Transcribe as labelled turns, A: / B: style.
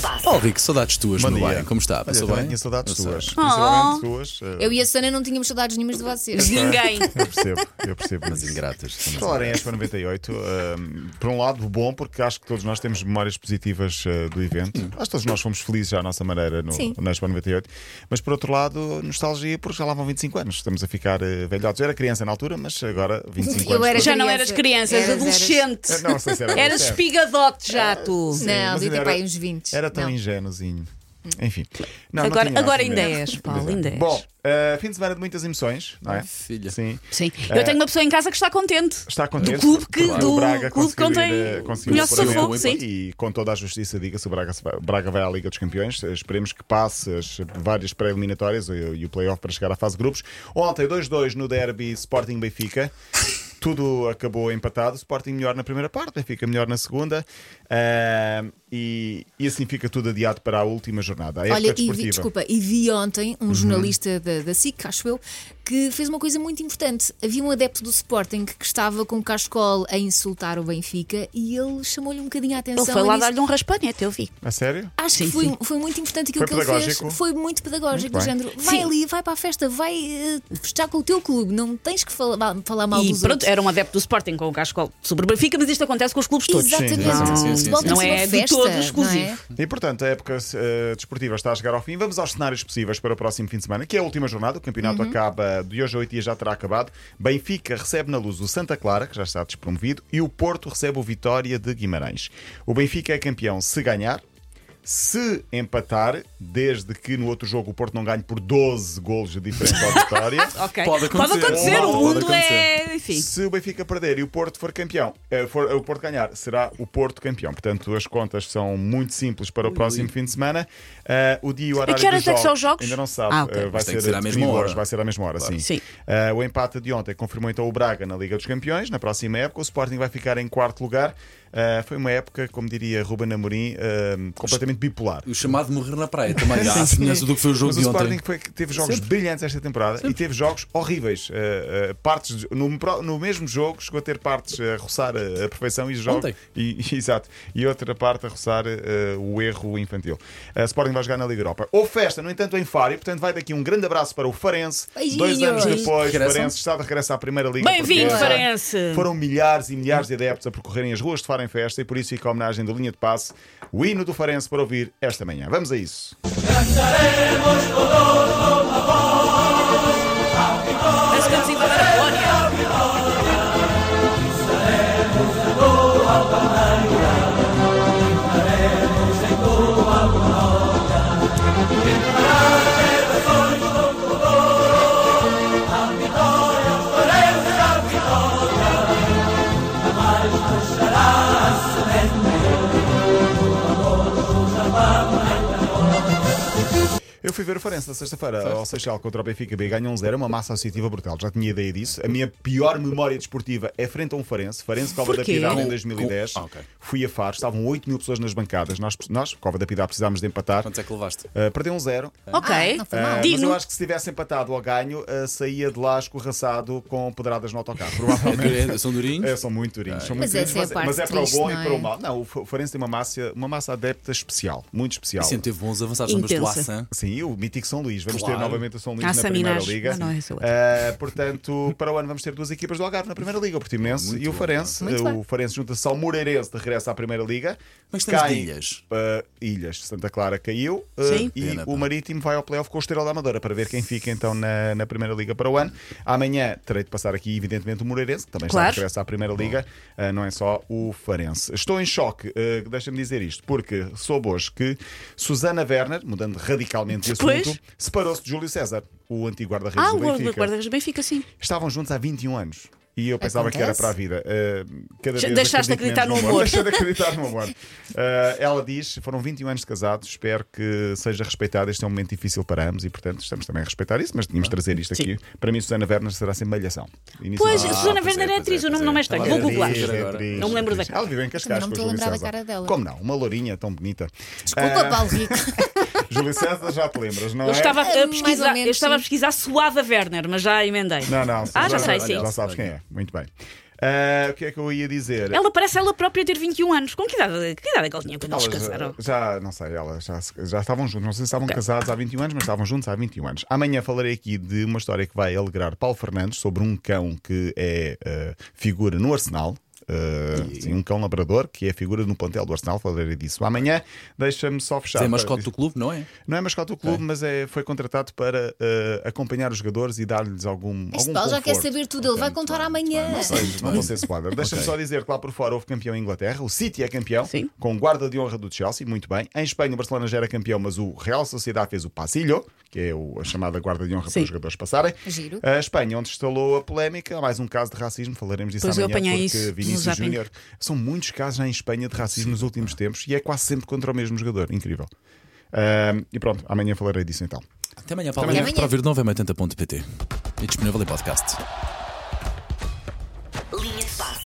A: passa?
B: Oh, Rico, saudades tuas,
C: Bom
B: meu
C: dia.
B: bem. Como está?
C: Olha,
B: Passou
C: também
B: bem?
C: Tinha saudades
B: Passou.
C: tuas.
A: Oh.
C: Principalmente tuas. eh,
A: Eu e a Sana não tínhamos saudades nenhumas de vocês.
D: Ninguém.
C: Eu percebo, eu percebo.
B: Mas
C: isso.
B: ingratas. somos
C: Falar em
B: ingratas.
C: Expo 98, hum, por um lado, bom, porque acho que todos nós temos memórias positivas eh, do evento. Acho que todos nós fomos felizes já à nossa maneira no,
A: Sim.
C: na Expo 98. Mas por outro lado, nostalgia, porque já lá vão 25 anos. Estamos a ficar eh, velhotes. Eu era criança na altura, mas agora 25
A: Eu
C: anos.
A: era
C: depois-
D: Já não eras criança, eras
A: Eras, eras.
D: adolescente.
C: Eh, Não sei se era
D: Eras
C: adolescente.
D: espigadote já, tu.
C: Sim,
A: Não,
C: mas
A: devia
C: ainda
A: ter
C: era-
A: para aí uns 20.
C: Era tão
A: Não.
C: ingênuozinho. Enfim. Não, não
D: Agora-
C: tinha,
D: agora
C: tinha.
D: ainda és, Paulo,
C: Exato.
D: ainda és.
C: Bom, eh, fim de semana de muitas emoções, não é?
B: Filha.
C: Sim.
D: Sim.
C: É.
D: Eu tenho uma pessoa em casa que está contente.
C: Está contente.
D: Do clube que-
C: Claro.
D: do
C: o Braga
D: clube que
C: conseguiu
D: ontem
C: ir, eh, conseguiu
D: melhor
C: ir
D: safou,
C: para a Europa.
D: sim.
C: E com toda a justiça, diga-se, o Braga, se vai- o Braga vai à Liga dos Campeões. Eh, Esperemos que passe as várias pré-eliminatórias e, e o playoff para chegar à fase de grupos. Ontem, 2-2 no derby Sporting Benfica. Tudo acabou empatado. Sporting melhor na primeira parte, Benfica melhor na segunda. Ah, e, e assim fica tudo adiado para a última jornada. A época
A: Olha, e vi,
C: desportiva. Uhum.
A: desculpa, e vi ontem um jornalista da, da SIC, acho eu, que fez uma coisa muito importante. Havia um adepto do Sporting que estava com o Cascol a insultar o Benfica e ele chamou-lhe um bocadinho a atenção.
D: Ele foi
A: e
D: lá
A: disse-
D: dar-lhe um raspanete, eu vi.
C: A sério?
A: Acho
D: Sim,
A: que foi, um-
D: sim.
A: foi muito importante
C: Foi
A: aquilo que ele
C: pedagógico?
A: fez. Foi muito
C: Muito
A: pedagógico, do
C: bem.
A: género. Vai
D: Sim.
A: ali, vai para a festa, vai eh, festejar com o teu clube, não tens que falar, falar mal
D: E
A: dos
D: pronto,
A: outros.
D: era um adepto do Sporting com o casco sobre o Benfica, mas isto acontece com os clubes todos.
A: Exatamente, Ah,
B: Sim, sim, sim,
A: o
B: sim,
A: futebol
B: sim.
D: Não
A: tem que ser uma
D: é de
A: festa,
D: todo
A: não é?
D: exclusivo.
C: E portanto, a época eh, desportiva está a chegar ao fim. Vamos aos cenários possíveis para o próximo fim de semana, que é a última jornada. O campeonato acaba de hoje a 8 dias, já terá acabado. Benfica recebe na luz o Santa Clara, que já está despromovido, e o Porto recebe o Vitória de Guimarães. O Benfica é campeão se ganhar. Se empatar, desde que no outro jogo o Porto não ganhe por 12 golos de diferença ao Vitória.
D: Ok.
B: Pode acontecer.
D: o
C: Pode
D: mundo
B: acontecer.
D: é. Enfim.
C: Se o Benfica perder e o Porto for campeão, eh, for- o Porto ganhar, será o Porto campeão. Portanto, as contas são muito simples para o próximo fim de semana. Eh, o dia e o horário
D: que horas
C: dos
D: é que
C: jogos,
D: são os jogos?
C: ainda não se sabe.
D: Ah, ok.
C: Eh, vai
B: Mas tem
C: ser,
B: que ser à mesma
C: definido
B: hora.
C: hoje, vai ser à mesma hora, sim.
D: Sim.
C: Eh, o empate de ontem confirmou então o Braga na Liga dos Campeões. Na próxima época, o Sporting vai ficar em quarto lugar. Eh, foi uma época, como diria Ruben Amorim, eh, completamente bipolar.
B: O chamado de morrer na praia também. Ah, a semelhança do que foi o jogo
C: Mas
B: de
C: o Sporting
B: ontem.
C: foi que teve jogos brilhantes esta temporada e teve jogos horríveis. Eh, eh, partes de- no, pro- no mesmo jogo chegou a ter partes a roçar a, a perfeição e jogos.
B: Ontem.
C: E, e- exato. E outra parte a roçar eh, o erro infantil. A Sporting vai jogar na Liga Europa. Ou festa, no entanto, em Fário. Portanto, vai daqui um grande abraço para o Farense.
A: Beijinhos.
C: Dois anos depois,
B: Regressam?
C: Farense está de regresso à Primeira Liga.
D: Bem-vindo,
C: Portuguesa.
D: Farense.
C: Foram milhares e milhares de adeptos a percorrerem as ruas de Faro em festa e por isso fica a homenagem do Linha de Passe, o hino do Farense para ouvir esta manhã. Vamos a isso.
D: Parece que estamos a invadir a Polónia.
C: Eu fui ver o Farense na sexta-feira ao Seixal contra o Benfica B. Ganhou um zero, uma massa associativa brutal. Já tinha ideia disso. A minha pior memória desportiva é frente a um Farense. Farense Cova da
D: Porquê?
C: Piedade em
B: Com-
C: 2010.
B: com- ah, ok.
C: Fui a Faro, estavam 8 mil pessoas nas bancadas. Nós, nós Cova da Piedade, precisámos de empatar.
B: Quantos é que levaste?
C: Ah, perdeu um zero.
D: Ok.
A: não foi mal.
C: Ah, mas eu
D: Digno.
C: acho que se tivesse empatado ou ganho, ah, saía de lá escorraçado com pedradas no autocarro.
B: É
C: Provavelmente.
B: duro, é- São durinhos?
C: É, são muito durinhos. são
A: Mas
C: muito
A: essa é a
C: durinhos,
A: parte
C: mas, mas é para o
A: triste,
C: bom
A: não
C: e
A: é?
C: para o mal. Não, o Farense tem uma massa, uma massa adepta especial, muito especial.
B: E sempre teve bons avançados, mas do
D: Intensa.
B: Assan. é
C: Sim, e o mítico São Luís. Vamos
B: Claro.
C: ter novamente o São Luís
D: Ah,
C: na Primeira
D: Saminás.
C: Liga.
D: Ah, não, essa é outra.
C: Ah, portanto, para o ano vamos ter duas equipas do Algarve na Primeira Liga, o Portimonense e o Farense.
A: Muito bem.
C: o Farense junta-se ao Moreirense de regresso à Primeira Liga.
B: Mas temos de ilhas.
C: ah, ilhas. Santa Clara caiu ah,
D: Sim.
C: e
B: Pena, pá.
C: o Marítimo vai ao playoff com o Estrela da Amadora para ver quem fica então na, na Primeira Liga para o ano. Amanhã terei de passar aqui, evidentemente, o Moreirense, que também está
D: Claro.
C: de regresso à Primeira Liga, ah, não é só o Farense. Estou em choque, ah, deixa-me dizer isto, porque soube hoje que Susana Werner, mudando radicalmente de
D: Pois.
C: assunto, separou-se de Júlio César, o antigo guarda-redes
D: Ah,
C: do
D: o
C: Benfica.
D: guarda-redes Benfica, sim.
C: Estavam juntos há 21 anos. E eu pensava que era
A: Acontece.
C: para a vida. Uh, cada
D: Já
C: vez
D: deixaste de
C: acredito
D: acreditar
C: menos
D: no amor.
C: Deixa de acreditar no amor. Uh, ela diz: foram 21 anos de casados, espero que seja respeitado. Este é um momento difícil para ambos e, portanto, estamos também a respeitar isso, mas tínhamos de trazer isto aqui. Para mim, Susana Werner será sem malhação. Início
D: Pois,
C: de-
D: Susana
B: pois é,
D: Werner é
B: pois é,
D: atriz, o
B: pois
D: nome
B: é.
D: não é estranho. Vou
B: Ela é
D: googlar.
B: atriz, é atriz.
D: Não me lembro da cara.
C: Ela viveu em Cascais
A: Também não
C: com
A: me
C: o
A: estou a
C: Júlio
A: lembrar da
C: César.
A: cara dela.
C: Como não? Uma lourinha tão bonita.
A: Desculpa, Paulo Rico.
C: Ah, Júlio César já te lembras, não
D: Eu
C: é?
D: estava
A: Mais
D: a
A: ou
D: pesquisar,
A: menos,
D: eu estava a
A: sim.
D: pesquisar suada Werner, mas já emendei.
C: Não, não.
D: Ah, já
C: sabes-
D: sei, sim.
C: Já sabes quem é. Muito bem. Ah, o que é que eu ia dizer?
D: Ela parece ela própria ter 21 anos. Com que idade, que idade é que ela tinha quando eles
C: Elas,
D: casaram?
C: eh, Já, não sei, elas já, se- já estavam juntos. Não sei se estavam casados há 21 anos, mas estavam juntos há 21 anos. Amanhã falarei aqui de uma história que vai alegrar Paulo Fernandes sobre um cão que é eh, figura no Arsenal. eh, sim, um cão labrador que é figura no plantel do Arsenal, falarei disso amanhã. Deixa-me só fechar.
B: é mascote do clube, não é?
C: Não é mascote do clube, mas é, foi contratado para eh, acompanhar os jogadores e dar-lhes algum.
A: Este
C: algum
A: Paulo já quer
C: conforto.
A: saber tudo, ele vai
C: Portanto,
A: contar amanhã.
C: não sei, não vou ser spoiler. Deixa-me
B: Ok.
C: só dizer que lá por fora houve campeão em Inglaterra, o City é campeão,
D: Sim.
C: com guarda de honra do Chelsea, muito bem. Em Espanha o Barcelona já era campeão, mas o Real Sociedade fez o passilho, que é o- a chamada guarda de honra para
D: Sim.
C: os jogadores passarem.
A: Giro.
C: A Espanha, onde estalou a polémica, há mais um caso de racismo, falaremos disso
D: Pois eu
C: amanhã,
D: apanhei
C: porque
D: isso no
C: Vinícius
D: zapping.
C: Júnior. São muitos casos já em Espanha de racismo nos últimos tempos e é quase sempre contra o mesmo jogador, incrível. Ahm, e pronto, amanhã falarei disso então.
B: Até amanhã, Paulo.
A: Até amanhã.
B: Para ouvir de novo é 80.pt. E disponível em podcast.